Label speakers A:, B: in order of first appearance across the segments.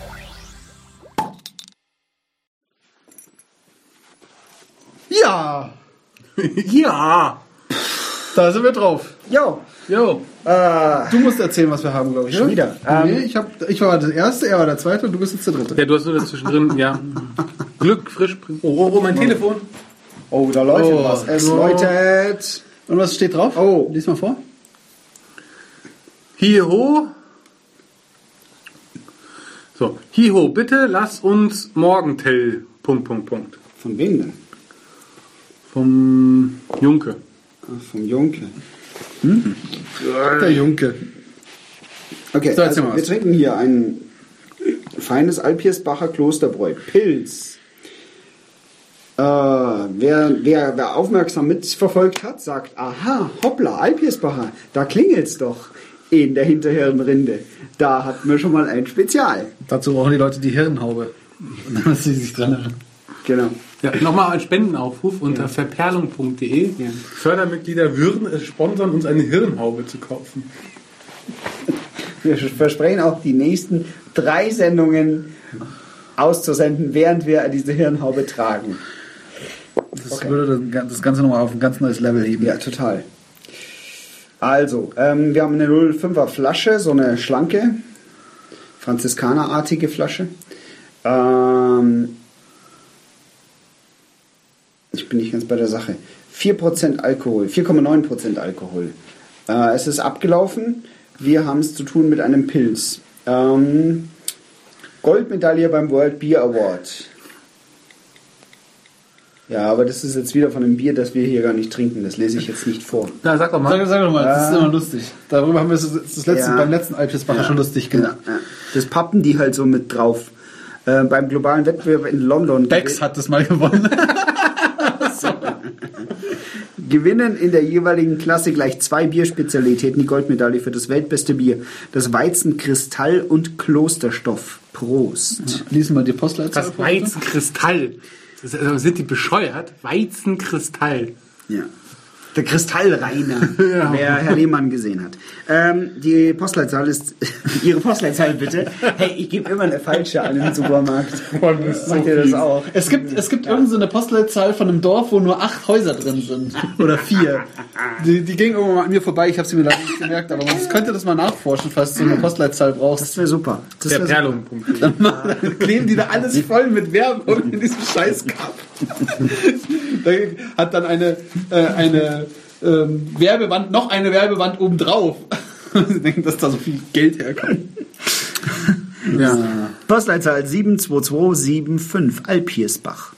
A: Ja,
B: ja.
A: da sind wir drauf.
C: Jo.
B: Jo.
C: Äh,
A: Du musst erzählen, was wir haben, glaube ich.
C: Schon
A: oder?
C: wieder.
A: Nee,
C: Ähm.
A: ich, hab, ich war der Erste, er war der Zweite und du bist jetzt der Dritte.
B: Ja, du hast nur dazwischen drin, ja. Glück, frisch. Oh, oh, oh, mein Telefon.
C: oh, da läutet
A: Oh,
C: was. Es
A: so.
C: läutet.
A: Und was steht drauf?
C: Oh.
A: Lies mal vor.
B: Hiho. So, Hiho, bitte lass uns morgen tell. Punkt, Punkt, Punkt.
C: Von wem denn?
B: Vom Junke.
C: Ach, Ah, vom Junke. Hm?
A: Der Junke.
C: Okay,
A: So, erzähl
C: also,
A: mal was.
C: wir trinken hier ein feines Alpiersbacher Klosterbräu. Pilz. Äh, wer, wer, wer aufmerksam mitverfolgt hat, sagt, aha, hoppla, Alpiersbacher, da klingelt's doch in der hinteren Rinde. Da hatten wir schon mal ein Spezial.
A: Dazu brauchen die Leute die Hirnhaube. Damit sie sich dran erinnern.
C: Genau.
D: Ja, nochmal ein Spendenaufruf unter verperlung.de.
C: Ja.
B: Fördermitglieder würden es sponsern, uns eine Hirnhaube zu kaufen.
C: Wir versprechen auch die nächsten drei Sendungen auszusenden, während wir diese Hirnhaube tragen.
A: Das würde das- das Ganze nochmal auf ein ganz neues Level heben.
C: Ja, total. Also, ähm, wir haben eine 05er Flasche, so eine schlanke, franziskanerartige Flasche. Ähm, ich bin nicht ganz bei der Sache. 4% Alkohol, 4,9% Alkohol. Äh, es ist abgelaufen. Wir haben es zu tun mit einem Pilz. Ähm, Goldmedaille beim World Beer Award. Ja, aber das ist jetzt wieder von einem Bier, das wir hier gar nicht trinken. Das lese ich jetzt nicht vor.
D: Na, sag doch mal.
A: Sag, sag doch mal, das ist
C: Ah.
A: immer lustig. Darüber haben wir es das letzte,
C: Ja.
A: beim letzten Alpjesbacher schon lustig gemacht.
C: Ja, ja. Das pappen die halt so mit drauf. Äh, beim globalen Wettbewerb in London
A: Bex hat das mal gewonnen.
C: gewinnen in der jeweiligen Klasse gleich zwei Bierspezialitäten die Goldmedaille für das weltbeste Bier. Das Weizen, Kristall und Klosterstoff. Prost.
A: Lies mal die Postleitzahl.
D: Das
A: vor,
D: Weizenkristall. Das, also, sind die bescheuert? Weizenkristall.
C: Ja. Der Kristallreiner, wer Herr Lehmann gesehen hat. Ähm, die Postleitzahl ist. Ihre Postleitzahl bitte. Hey, ich gebe immer eine falsche an im Supermarkt. Macht ihr das auch?
A: bitte. Es gibt, es gibt irgendeine so eine Postleitzahl von einem Dorf, wo nur acht Häuser drin sind. Oder vier. Die, die ging irgendwann mal an mir vorbei, ich habe sie mir leider nicht gemerkt, aber man könnte das mal nachforschen, falls du eine Postleitzahl brauchst.
C: Das wäre super. Das wär super.
D: Verperlung.de.
A: Dann kleben die da alles voll mit Werbung in diesem Scheißkap. da hat dann eine, äh, eine ähm, Werbewand, noch eine Werbewand obendrauf. Sie denken, dass da so viel Geld herkommt. ja.
C: Postleitzahl 72275, Alpiersbach.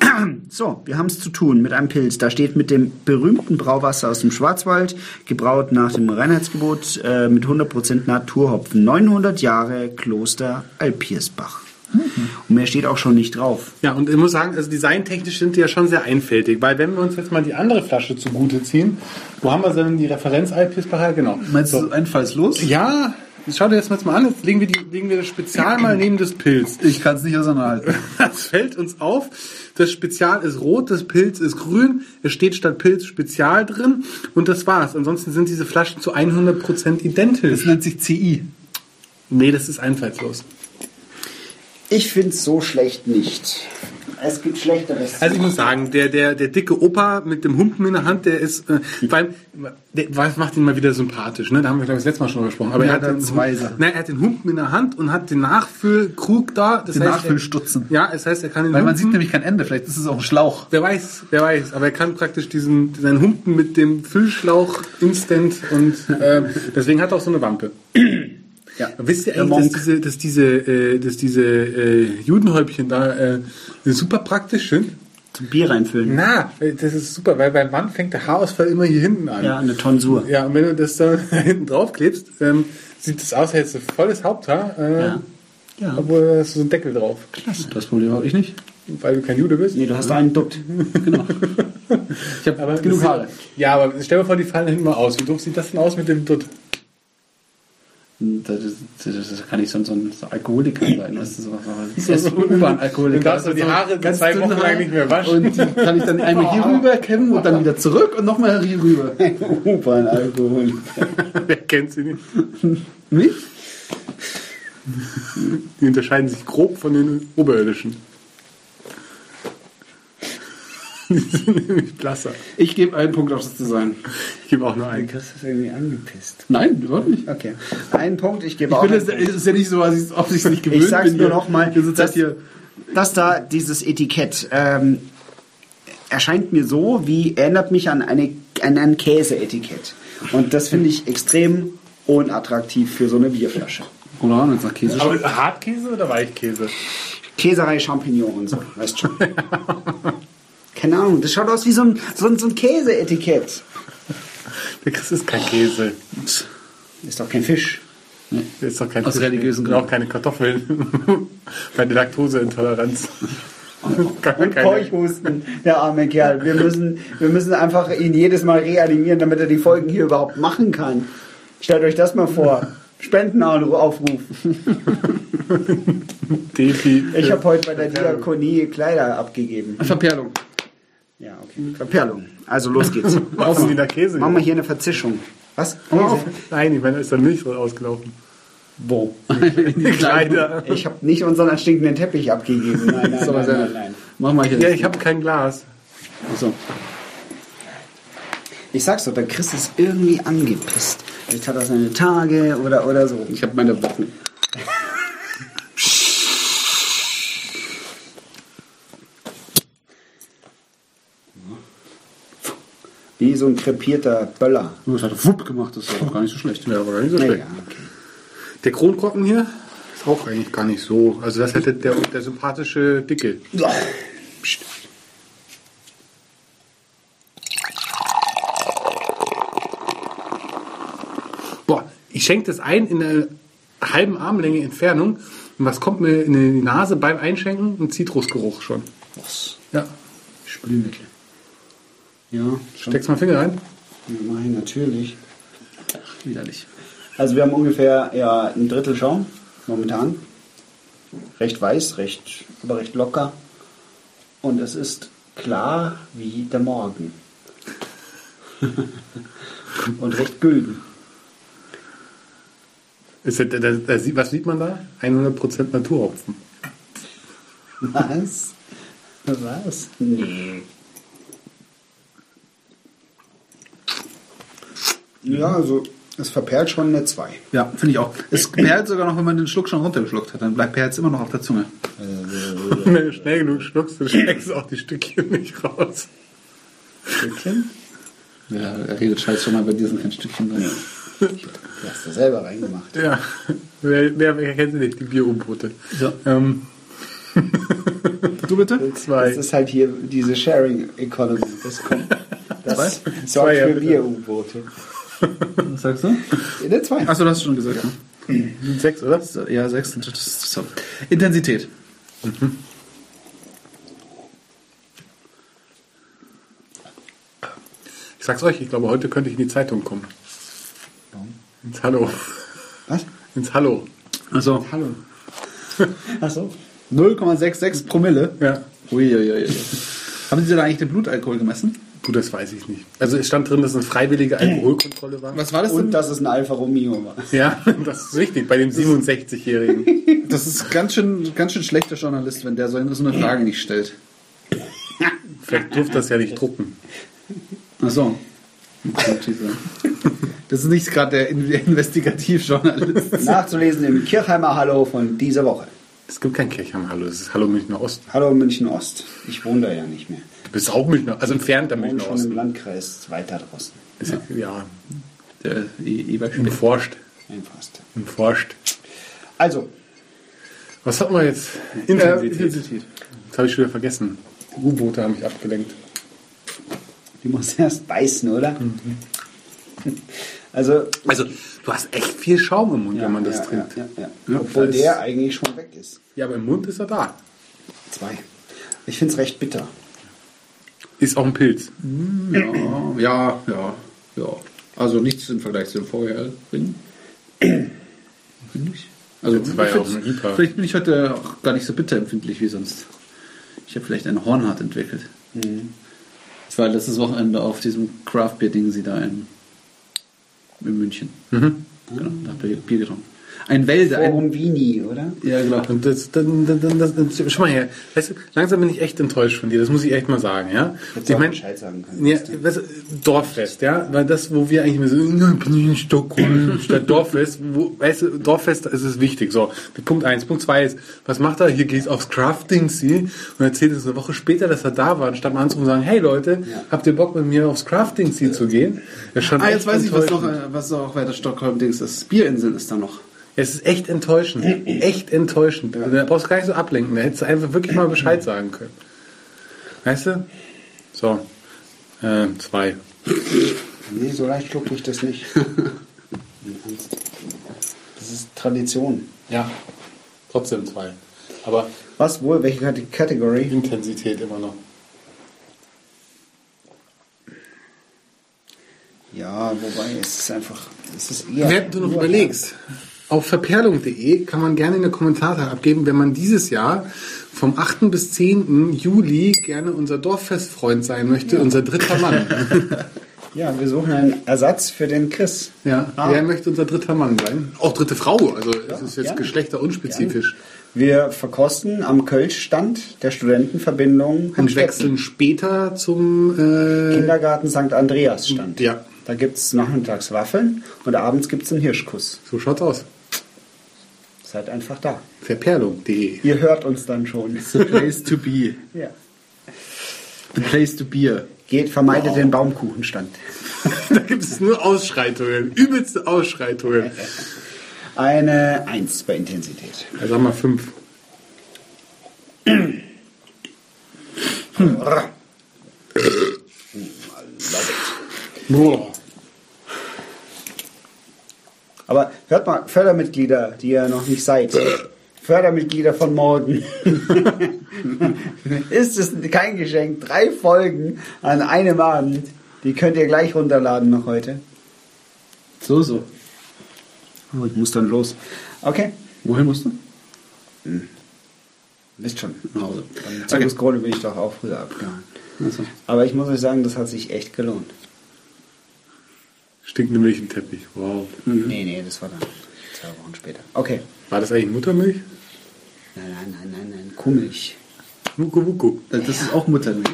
C: So, wir haben es zu tun mit einem Pilz. Da steht mit dem berühmten Brauwasser aus dem Schwarzwald, gebraut nach dem Reinheitsgebot äh, mit 100% Naturhopfen. 900 Jahre Kloster Alpiersbach. Und mehr steht auch schon nicht drauf.
B: Ja, und ich muss sagen, also designtechnisch sind die ja schon sehr einfältig, weil wenn wir uns jetzt mal die andere Flasche zugute ziehen, wo haben wir denn die Referenz Alpisbacher? Genau.
A: Meinst du, einfallslos?
B: Ja, schau dir das mal jetzt mal an, jetzt legen wir, die, legen wir das Spezial mal neben das Pilz.
A: Ich kann es nicht auseinanderhalten.
B: Das fällt uns auf. Das Spezial ist rot, das Pilz ist grün, es steht statt Pilz Spezial drin und das war's. Ansonsten sind diese Flaschen zu 100%
A: Das
B: identisch.
A: nennt sich CI.
B: Nee, das ist einfallslos.
C: Ich finde es so schlecht nicht. Es gibt Schlechteres.
B: Also ich muss sagen, der, der, der dicke Opa mit dem Humpen in der Hand, der ist, äh, vor allem, der, was macht ihn mal wieder sympathisch, ne? Da haben wir, glaube ich, das letzte Mal schon drüber gesprochen. Aber
A: Ja,
B: er hat,
A: der
B: den,
A: Zweiser.
B: Na, er hat den Humpen in der Hand und hat den Nachfüllkrug da. Das
A: Den
B: heißt,
A: Nachfüllstutzen.
B: Er, ja, das heißt, er kann den
A: Weil man
B: Humpen-
A: sieht nämlich kein Ende, vielleicht ist es auch ein Schlauch.
B: Wer weiß, wer weiß, aber er kann praktisch diesen, seinen Humpen mit dem Füllschlauch instant und ähm, deswegen hat er auch so eine Wampe.
C: Ja.
B: Wisst ihr
C: Der
B: eigentlich,
C: Monk.
B: dass diese, dass diese, äh, dass diese äh, Judenhäubchen da äh, super praktisch sind?
C: Zum Bier reinfüllen.
B: Na, äh, das ist super, weil beim Mann fängt der Haarausfall immer hier hinten an.
C: Ja, eine Tonsur.
B: Ja, und wenn du das da hinten drauf klebst, ähm, sieht das aus, als hättest du volles Haupthaar, äh,
C: Ja. Ja.
B: obwohl da hast du so einen Deckel drauf,
A: Das Problem habe ich nicht.
B: weil du kein Jude bist.
C: Nee, du hast einen Dutt.
A: Genau. Ich habe
B: Aber
A: genug Haare.
B: Ja, aber stell dir vor, die fallen hinten mal aus. Wie doof sieht das denn aus mit dem Dutt?
E: Das, ist, das ist- kann nicht so ein, so ein Alkoholiker sein. Weißt du, so, so, so,
B: Dann
A: U-Bahn-Alkoholiker. Also
B: darfst du die Haare zwei Wochen lang nicht mehr waschen.
A: Und die kann ich dann einmal hier rüber kämmen und dann wieder zurück und nochmal hier rüber.
C: U-Bahn-Alkohol.
B: Wer kennt sie nicht?
A: Mich?
B: Die unterscheiden sich grob von den Oberirdischen. Die sind nämlich blasser.
A: Ich gebe einen Punkt auf das Design.
B: Ich gebe auch nur einen.
C: Chris ist irgendwie angepisst.
A: Nein, überhaupt nicht.
C: Okay. Einen Punkt, ich gebe
A: Ich
C: auch.
A: bin,
C: einen
A: es es ist ja nicht so, als ich es offensichtlich gewöhnt
C: Ich sag's
A: bin.
C: nur
A: hier.
C: nochmal,
A: Ihr sitzt
C: dass,
A: hier.
C: dass da dieses Etikett ähm, erscheint mir so, wie erinnert mich an, eine, an ein Käseetikett. Und das finde ich extrem unattraktiv für so eine Bierflasche.
A: Oder haben wir jetzt nach Käse?
B: Aber Hartkäse oder Weichkäse?
C: Käserei Champignon und so, weißt schon. Keine Ahnung, das schaut aus wie so ein, so ein, so ein Käseetikett.
B: Der Chris ist kein Käse.
C: Ist doch kein Fisch.
B: Der ist doch kein
A: Aus
B: Fisch.
A: religiösen
B: Und Auch keine Kartoffeln. Keine Laktoseintoleranz. Gar
C: Und Keuchhusten, der arme Kerl. Wir müssen, wir müssen einfach ihn jedes Mal reanimieren, damit er die Folgen hier überhaupt machen kann. Stellt euch das mal vor. Spendenaufruf.
B: Defi.
C: Ich habe heute bei der Diakonie Kleider abgegeben.
A: Verperlung.
C: Ja, okay. Verperlung. Also los geht's.
B: Auf Wiener Käse.
C: Machen wir hier eine Verzischung. Was?
B: Nein, ich meine, da ist dann Milch drin ausgelaufen.
A: Wo?
B: Leider.
C: Ich habe nicht unseren stinkenden Teppich abgegeben. Nein, nein, nein, nein, nein.
A: Mach mal hier.
B: Ja, ich habe kein Glas.
A: so.
C: Ich sag's doch, der Chris ist irgendwie angepisst. Jetzt hat er seine Tage oder, oder so.
A: Ich habe meine Wochen.
C: Wie so ein krepierter Böller.
A: Das hat halt wupp gemacht, das war doch gar nicht so schlecht.
B: Ja, aber gar nicht so schlecht.
C: Naja, okay.
B: Der Kronkorken hier ist auch eigentlich gar nicht so. Also das hätte der, der sympathische Dicke. Boah, ich schenke das ein in einer halben Armlänge Entfernung. Und was kommt mir in die Nase beim Einschenken? Ein Zitrusgeruch schon.
C: Was?
B: Ja.
C: Spülmittel. Ja, schon.
B: Steckst mal den Finger rein.
C: Nein, natürlich.
A: Widerlich.
C: Also wir haben ungefähr ja, ein Drittel Schaum momentan. Recht weiß, recht, aber recht locker. Und es ist klar wie der Morgen. Und recht gülden.
B: Ist das, da, da, sieht- was sieht man da? 100% Naturhopfen.
C: Was? Was? Nee. Ja, also es verperlt schon eine 2.
A: Ja, finde ich auch. Es perlt sogar noch, wenn man den Schluck schon runtergeschluckt hat. Dann bleibt perlt immer noch auf der Zunge.
C: Also,
B: Wenn du schnell genug schluckst, dann schmeckst du auch die Stückchen nicht raus.
C: Stückchen?
A: Ja, er redet scheiß schon mal, bei dir sind kein Stückchen drin.
C: Du hast da selber reingemacht.
B: Ja, wer, wer, wer kennt sie nicht? Die Bier-U-Boote.
A: Ja.
B: Ähm,
A: Du bitte?
B: zwei.
C: Das ist halt hier diese Sharing Economy. Das kommt. Das
B: Zwei,
C: sorgt
B: ja,
C: für
B: bitte.
C: Bier-U-Boote.
A: Was sagst du?
C: In der 2.
A: Achso, du hast schon gesagt. Ne?
B: sind sechs, oder?
A: So, ja, sechs. das ist So. Intensität.
B: Ich sag's euch, ich glaube, heute könnte ich in die Zeitung kommen. Ins Hallo.
C: Was?
B: Ins Hallo.
A: Also
C: Hallo. Achso.
A: 0,66 Promille.
B: Ja.
A: Uiuiui. Haben Sie da eigentlich den Blutalkohol gemessen?
B: Du, das weiß ich nicht. Also es stand drin, dass es eine freiwillige Alkoholkontrolle war.
A: Was war das
C: Und
A: denn?
C: dass es ein Alfa Romeo war.
B: Ja, das ist richtig, bei dem 67-Jährigen.
A: Das ist ganz schön, ganz schön schlechter Journalist, wenn der so eine, so eine Frage nicht stellt.
B: Vielleicht durfte das ja nicht drucken.
A: Achso. Das ist nicht gerade der In- der Investigativjournalist.
C: Nachzulesen im Kirchheimer Hallo von dieser Woche.
B: Es gibt kein Kirchheim Hallo, es ist Hallo Münchner Ost.
C: Hallo München Ost. Ich wohne da ja nicht mehr.
B: Du bist auch Münchner, also entfernter
C: Ich wohne
B: Münchner
C: schon
B: Ost.
C: im Landkreis weiter draußen.
B: Ist ja, ja,
A: Der E- Eberspiel.
B: im Forscht.
C: Nein, fast.
B: Im Forscht.
C: Also,
B: Was hatten wir jetzt?
A: Äh,
B: Intensität. Das habe ich schon wieder vergessen. U-Boote haben mich abgelenkt.
C: du musst erst beißen, oder?
B: Mhm.
C: Also,
B: Also, du hast echt viel Schaum im Mund, wenn man das
C: ja,
B: trinkt.
C: Ja, ja, ja.
B: Ja,
C: Obwohl
B: das-
C: der eigentlich schon weg ist.
B: Ja, aber im Mund ist er da.
C: Zwei. Ich finde es recht bitter.
B: Ist auch ein Pilz.
A: Ja, ja, ja, ja. Also nichts im Vergleich zu dem vorherigen. Finde ich. Also
B: Jetzt war
A: ich
B: ja auch
A: find's-
B: ein IPA.
A: vielleicht bin ich heute auch gar nicht so bitterempfindlich wie sonst. Ich habe vielleicht eine Hornhaut entwickelt.
B: Mhm.
A: Ich war letztes Wochenende auf diesem
B: Mhm.
A: Craft Beer Ding sie da in, in München. Genau, da habe ich Bier getrunken. Ein Wälder.
B: Oh.
A: Ein,
C: Forum Vini, oder?
A: ja, genau.
B: Und das, dann, dann, dann, das, das, schau mal her. Weißt du, langsam bin ich echt enttäuscht von dir. Das muss ich echt mal sagen, ja.
C: Hättest du
B: Ich
C: auch
B: mein,
C: Bescheid sagen können.
B: ja, weißt du, Dorffest, ja. Weil das, wo wir eigentlich immer so, "Na, bin ich in Stockholm statt Dorffest, wo, weißt du, Dorffest ist es wichtig. So, Punkt eins. Punkt zwei ist, was macht er? Hier geht's aufs Crafting Seal und erzählt uns eine Woche später, dass er da war, anstatt mal anzurufen und sagen, hey Leute, habt ihr Bock mit mir aufs Crafting Seal zu gehen? Das ist schon
A: Ah,
B: echt
A: jetzt weiß ich, was noch,
B: enttäuschend.
A: äh, was noch weiter Stockholm-Dings ist. Bierinsel ist da noch.
B: Es ist echt enttäuschend. echt enttäuschend. Also, Da brauchst du gar nicht so ablenken. Da hättest du einfach wirklich mal Bescheid sagen können. Weißt du? So. Äh, zwei.
C: Nee, so leicht schlucke ich das nicht. das ist Tradition.
B: Ja. Trotzdem zwei. Aber
C: Was wohl? Welche Kate- Kategorie?
B: Intensität immer noch.
C: Ja, wobei es ist einfach. Es ist eher
B: Während du noch überlegst, auf verperlung.de kann man gerne eine Kommentarteil abgeben, wenn man dieses Jahr vom 8. bis 10. Juli gerne unser Dorffestfreund sein möchte, unser dritter Mann.
C: Ja, wir suchen einen Ersatz für den Chris.
B: ja,
C: Ah.
B: wer möchte unser dritter Mann sein? Auch dritte Frau, also es ist jetzt
C: gerne.
B: geschlechterunspezifisch.
C: Wir verkosten am Kölschstand der Studentenverbindung
B: und
C: Heimstetten.
B: wechseln später zum äh,
C: Kindergarten St. Andreas stand.
B: Ja.
C: Da gibt es nachmittags Waffeln und abends gibt es einen Hirschkuss.
B: so schaut's aus.
C: Seid einfach da.
B: Verperlung.de.
C: Ihr hört uns dann schon.
A: The place to be.
C: Ja.
A: The place to beer.
C: Geht, vermeidet den Baumkuchenstand.
B: da gibt es nur Ausschreitungen, übelste Ausschreitungen.
C: Eine Eins bei Intensität.
B: Ja, sag mal fünf. Boah.
C: Aber hört mal, Fördermitglieder, die ihr noch nicht seid. Fördermitglieder von morgen. Ist es kein Geschenk? Drei Folgen an einem Abend. Die könnt ihr gleich runterladen noch heute.
A: So, so.
C: Oh, ich muss dann los. Okay.
A: Wohin musst du?
C: Wisst schon.
A: Nach Hause.
C: Dann Zirkus Krone bin ich doch auch früher abgehauen.
A: Also.
C: Aber ich muss euch sagen, das hat sich echt gelohnt.
B: Stinkende Milch im Teppich. Wow.
C: Nee, nee, das war dann zwei Wochen später. Okay.
B: War das eigentlich Muttermilch?
C: Nein, nein, nein, nein, nein. Kummig.
B: Wuku Wuku.
A: Das ist auch Muttermilch.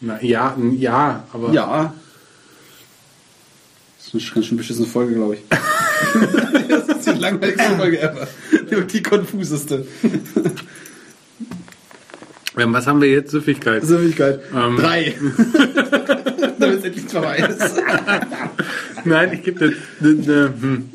B: Na ja, n- ja, aber.
A: Ja. Das ist eine ganz schön beschissene Folge, glaube ich. das ist die langweiligste Folge ever. Und die konfuseste.
B: Ähm, Was haben wir jetzt? Süffigkeit.
A: Sinnigkeit.
B: Ähm.
A: Drei. Damit es endlich vorbei ist.
B: Nein, ich gebe dir. Ne, ne, hm.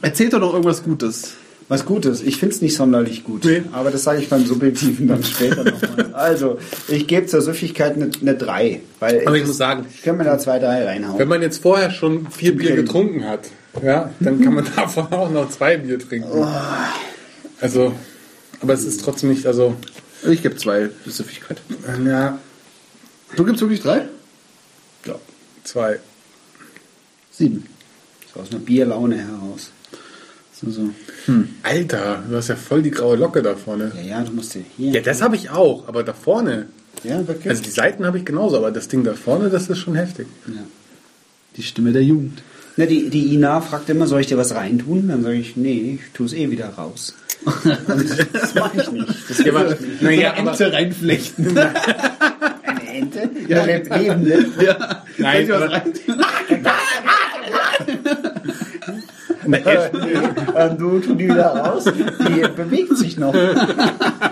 A: Erzählt doch noch irgendwas Gutes.
C: Was Gutes. Ich finde es nicht sonderlich gut.
B: Nee.
C: Aber das sage ich beim Subjektiven dann später nochmal. Also, ich gebe zur Süffigkeit eine ne 3. Weil
B: Aber ich muss sagen,
C: ich kann mir da zwei, drei reinhauen.
B: Wenn man jetzt vorher schon vier Bier getrunken hat, ja, dann kann man davon auch noch zwei Bier trinken. Also, aber es ist trotzdem nicht, also,
A: Ich gebe zwei Süffigkeit.
B: äh, ja,
A: Du gibst wirklich drei?
C: Ja.
B: zwei.
A: Sieben.
C: So aus einer Bierlaune heraus.
A: So, so.
B: Alter, du hast ja voll die graue Locke da vorne.
C: Ja, ja, du musst dir hier.
B: Ja, das habe ich auch, aber da vorne.
C: Ja, wirklich.
B: Also die Seiten habe ich genauso, aber das Ding da vorne, das ist schon heftig.
C: ja.
A: Die Stimme der Jugend.
C: Ne, die, die Ina fragt immer, soll ich dir was reintun? Dann sage ich, nee, ich tue es eh wieder raus. Und das mache ich nicht. Das
B: Ja, aber, naja, aber,
A: reinflechten.
C: eine Ente? Ja, lebt eh lebende.
A: ja.
B: nein,
A: was
B: aber, Na, echt,
C: Ähm, du tu die wieder raus. Die bewegt sich noch.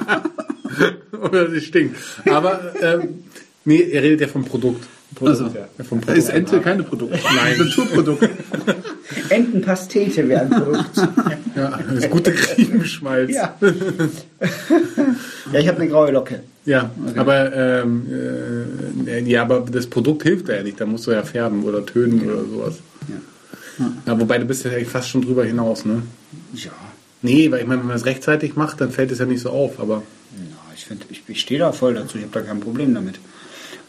B: oder sie stinkt. Aber, ähm, nee, er redet ja vom Produkt.
A: Also,
B: Ja, vom
A: da ist Ente keine Produkt. Nein. Naturprodukt.
C: Entenpastete wäre ein Produkt.
B: Ja, das gute Kriegenschmalz.
C: Ja. Ja, ich habe eine graue Locke.
B: Ja, aber, ähm, äh, ja, aber das Produkt hilft da ja nicht. Da musst du ja färben oder tönen oder sowas.
A: Hm.
B: Ja, wobei du bist ja eigentlich fast schon drüber hinaus, ne?
C: Ja.
B: Nee, weil ich meine, wenn man es rechtzeitig macht, dann fällt es ja nicht so auf. Aber
C: Na, ich finde, ich, ich stehe da voll dazu. Ich habe da kein Problem damit.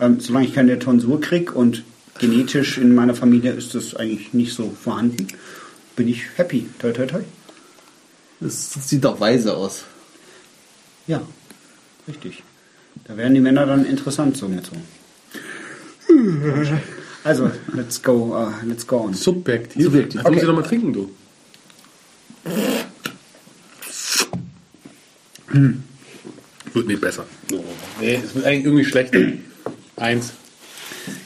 C: Ähm, solange ich keine Tonsur kriege und genetisch in meiner Familie ist das eigentlich nicht so vorhanden, bin ich happy. Toi, toi, toi.
A: Das sieht doch weise aus.
C: Ja, richtig. Da werden die Männer dann interessant so mit so. Also, let's uh, go, uh, let's go on.
B: subjektiv.
A: Subjektiv.
B: Das musst
C: Okay.
B: du doch mal trinken, du. Wird nicht besser. Nee, es wird eigentlich irgendwie schlechter. Eins.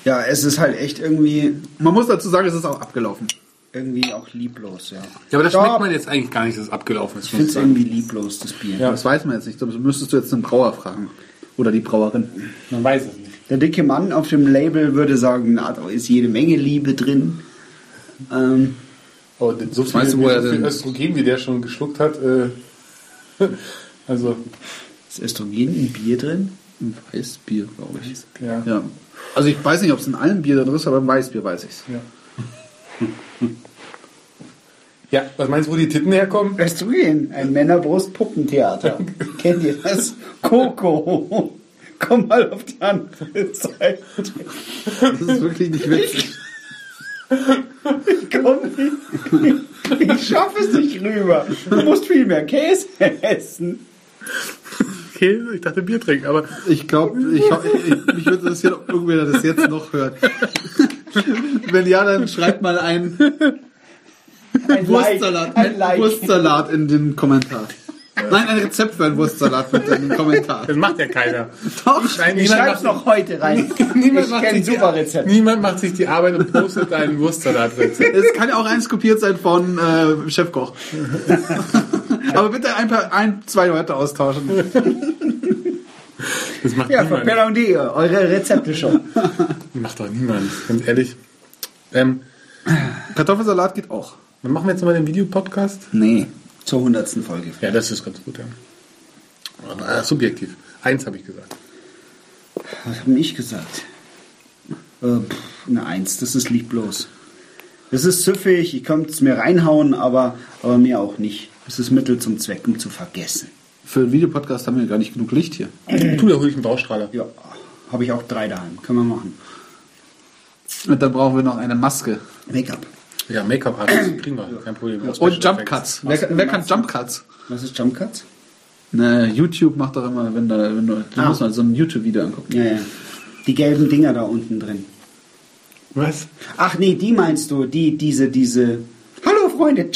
C: Ja, es ist halt echt irgendwie,
A: Man muss dazu sagen, es ist auch abgelaufen.
C: irgendwie auch lieblos, ja.
D: Ja, aber das
A: Stopp.
D: schmeckt man jetzt eigentlich gar nicht, dass es abgelaufen ist.
C: Ich finde es irgendwie lieblos, das Bier.
A: Ja, das weiß man jetzt nicht. Das müsstest du jetzt den Brauer fragen. Oder die Brauerin.
D: Man weiß es nicht.
C: Der dicke Mann auf dem Label würde sagen, na, da ist jede Menge Liebe drin. Ähm,
B: Aber Oh, so viel,
A: Weißt du, wo er
B: so viel
A: denn-
B: Östrogen, wie der schon geschluckt hat. Äh, also,
C: ist Östrogen im Bier drin?
A: Ein Weißbier, glaube ich.
B: ja.
A: Ja. Also ich weiß nicht, ob es in allen Bier drin ist, aber im Weißbier weiß ich es.
B: Ja, was meinst du, wo die Titten herkommen?
C: Östrogen, ein Männerbrust-Puppentheater. Kennt ihr das? Coco. Komm mal auf die andere Seite.
A: Das ist wirklich nicht witzig.
C: Komm nicht. Ich schaffe es nicht rüber. Du musst viel mehr Käse essen.
B: Okay, ich dachte Bier trinken, aber
A: Ich glaube, ich, ich, mich würde interessieren, ob irgendwer das jetzt noch hört. Wenn ja, dann schreibt mal einen
C: Ein ne?
A: Wurstsalat,
C: Ein
A: einen
C: Like.
A: Wurstsalat in den Kommentar. Nein, ein Rezept für einen Wurstsalat bitte in den Kommentar.
B: das macht ja keiner.
A: Doch,
C: Ich
B: Niemand macht-
C: schreib's noch heute rein.
B: Niemand
C: ich
B: macht,
C: kenne
B: sich die,
C: super Rezept.
B: niemand macht sich die Arbeit und postet einen Wurstsalatrezept.
A: es kann ja auch eins kopiert sein von äh, Chefkoch. Aber bitte ein paar, ein, zwei Leute austauschen.
B: Das macht
C: Ja, von
B: niemand.
C: Bella und ihr, eure Rezepte schon.
B: Macht doch niemand, ganz ehrlich. Ähm,
A: Kartoffelsalat geht auch.
B: dann machen wir jetzt mal den Videopodcast.
C: Nee, zur hundertsten Folge.
B: Ja, das ist ganz gut, ja. Aber, äh, subjektiv. Eins habe ich gesagt.
C: Was habe ich gesagt? Äh, pff, eine Eins, das ist lieblos. Das ist süffig, ich könnte es mir reinhauen, aber, aber mir auch nicht. Es ist Mittel zum Zweck, um zu vergessen.
A: Für den Videopodcast haben wir gar nicht genug Licht hier.
B: Tu, da hol ich einen Baustrahler.
C: Ja, habe ich auch drei daheim, können wir machen.
A: Und dann brauchen wir noch eine Maske.
C: Make-up.
B: Ja, Make-up-Artist, kriegen wir, kein Problem. Auch Special
A: Und Jump Cuts.
B: Effects.
A: Wer, wer kann Jump Cuts?
C: Was ist Jump Cuts?
A: Ne, YouTube macht doch immer, wenn da, wenn du, du
C: Ah.
A: musst mal so ein YouTube-Video angucken.
C: Ja, ja. Die gelben Dinger da unten drin.
B: Was?
C: Ach nee, die meinst du, die, diese, diese. Hallo Freunde!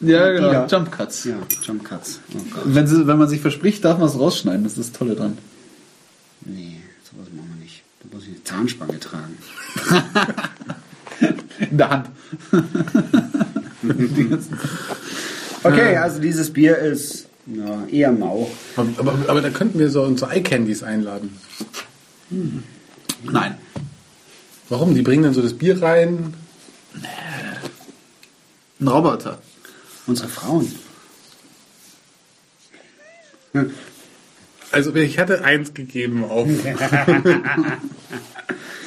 A: Ja,
C: genau.
A: Jump Cuts.
C: Ja, Jump Cuts. Oh Gott.
A: Wenn, sie, wenn man sich verspricht, darf man es rausschneiden. Das ist das Tolle dran.
C: Nee, sowas machen wir nicht. Da muss ich eine Zahnspange tragen.
A: In der Hand. Die ganzen-
C: Okay, also dieses Bier ist ja, eher mau.
B: Aber, aber, aber da könnten wir so uns so Eye-Candies einladen.
A: Nein.
B: Warum? Die bringen dann so das Bier rein.
A: Ein Roboter.
C: Unsere Frauen.
B: Also ich hatte eins gegeben auf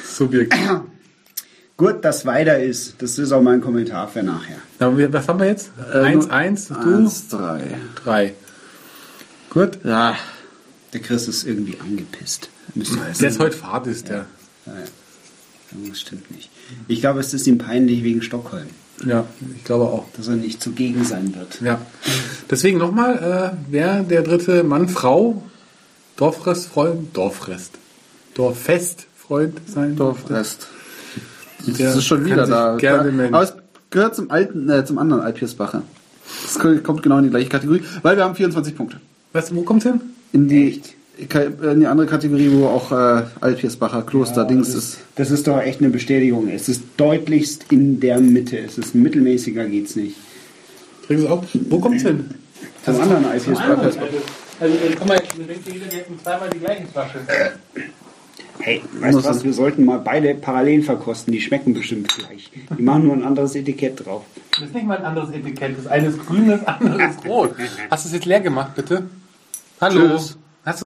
B: Subjekt.
C: Gut, dass weiter ist. Das ist auch mein Kommentar für nachher.
B: Aber wir, was haben wir jetzt? eins, eins, du?
A: Eins, drei.
B: Drei. Gut.
A: Ja.
C: Der Chris ist irgendwie angepisst. Müsste
B: Der
C: heißen.
B: ist heute Fahrt, ist der.
C: Naja, Irgendwas stimmt nicht. Ich glaube, es ist ihm peinlich wegen Stockholm,
B: Ja, ich glaube auch.
C: dass er nicht zugegen sein wird.
B: Ja. Deswegen nochmal, äh, wer der dritte Mann, Frau, Dorfrest, Freund, Dorfrest, Dorffest, Freund sein durfte,
A: Dorfrest. Das
B: der
A: ist schon
B: kann
A: wieder
B: sich
A: da.
B: Gerne melden.
A: Aber es gehört zum, alten, äh, zum anderen Alpiersbacher. Das kommt genau in die gleiche Kategorie, weil wir haben 24 Punkte.
B: Was, wo kommt's hin?
A: In die, Ka- in die andere Kategorie, wo auch äh, Alpiersbacher Kloster Dings ist.
C: Das ist doch echt eine Bestätigung. Es ist deutlichst in der Mitte. Es ist mittelmäßiger, geht's nicht.
B: Kriegst du auch? Wo kommt's hin?
C: Zum anderen Eisbären.
D: Also, dann kann man jetzt mit jeder Hälfte zweimal die gleichen Flaschen.
C: Hey, weißt du was? Wir sollten mal beide parallel verkosten. Die schmecken bestimmt gleich. Die machen nur ein anderes Etikett drauf.
D: Das ist nicht mal ein anderes Etikett. Das eine ist grün, das andere ist rot. Hast du es jetzt leer gemacht, bitte? Hallo.
A: Tschüss.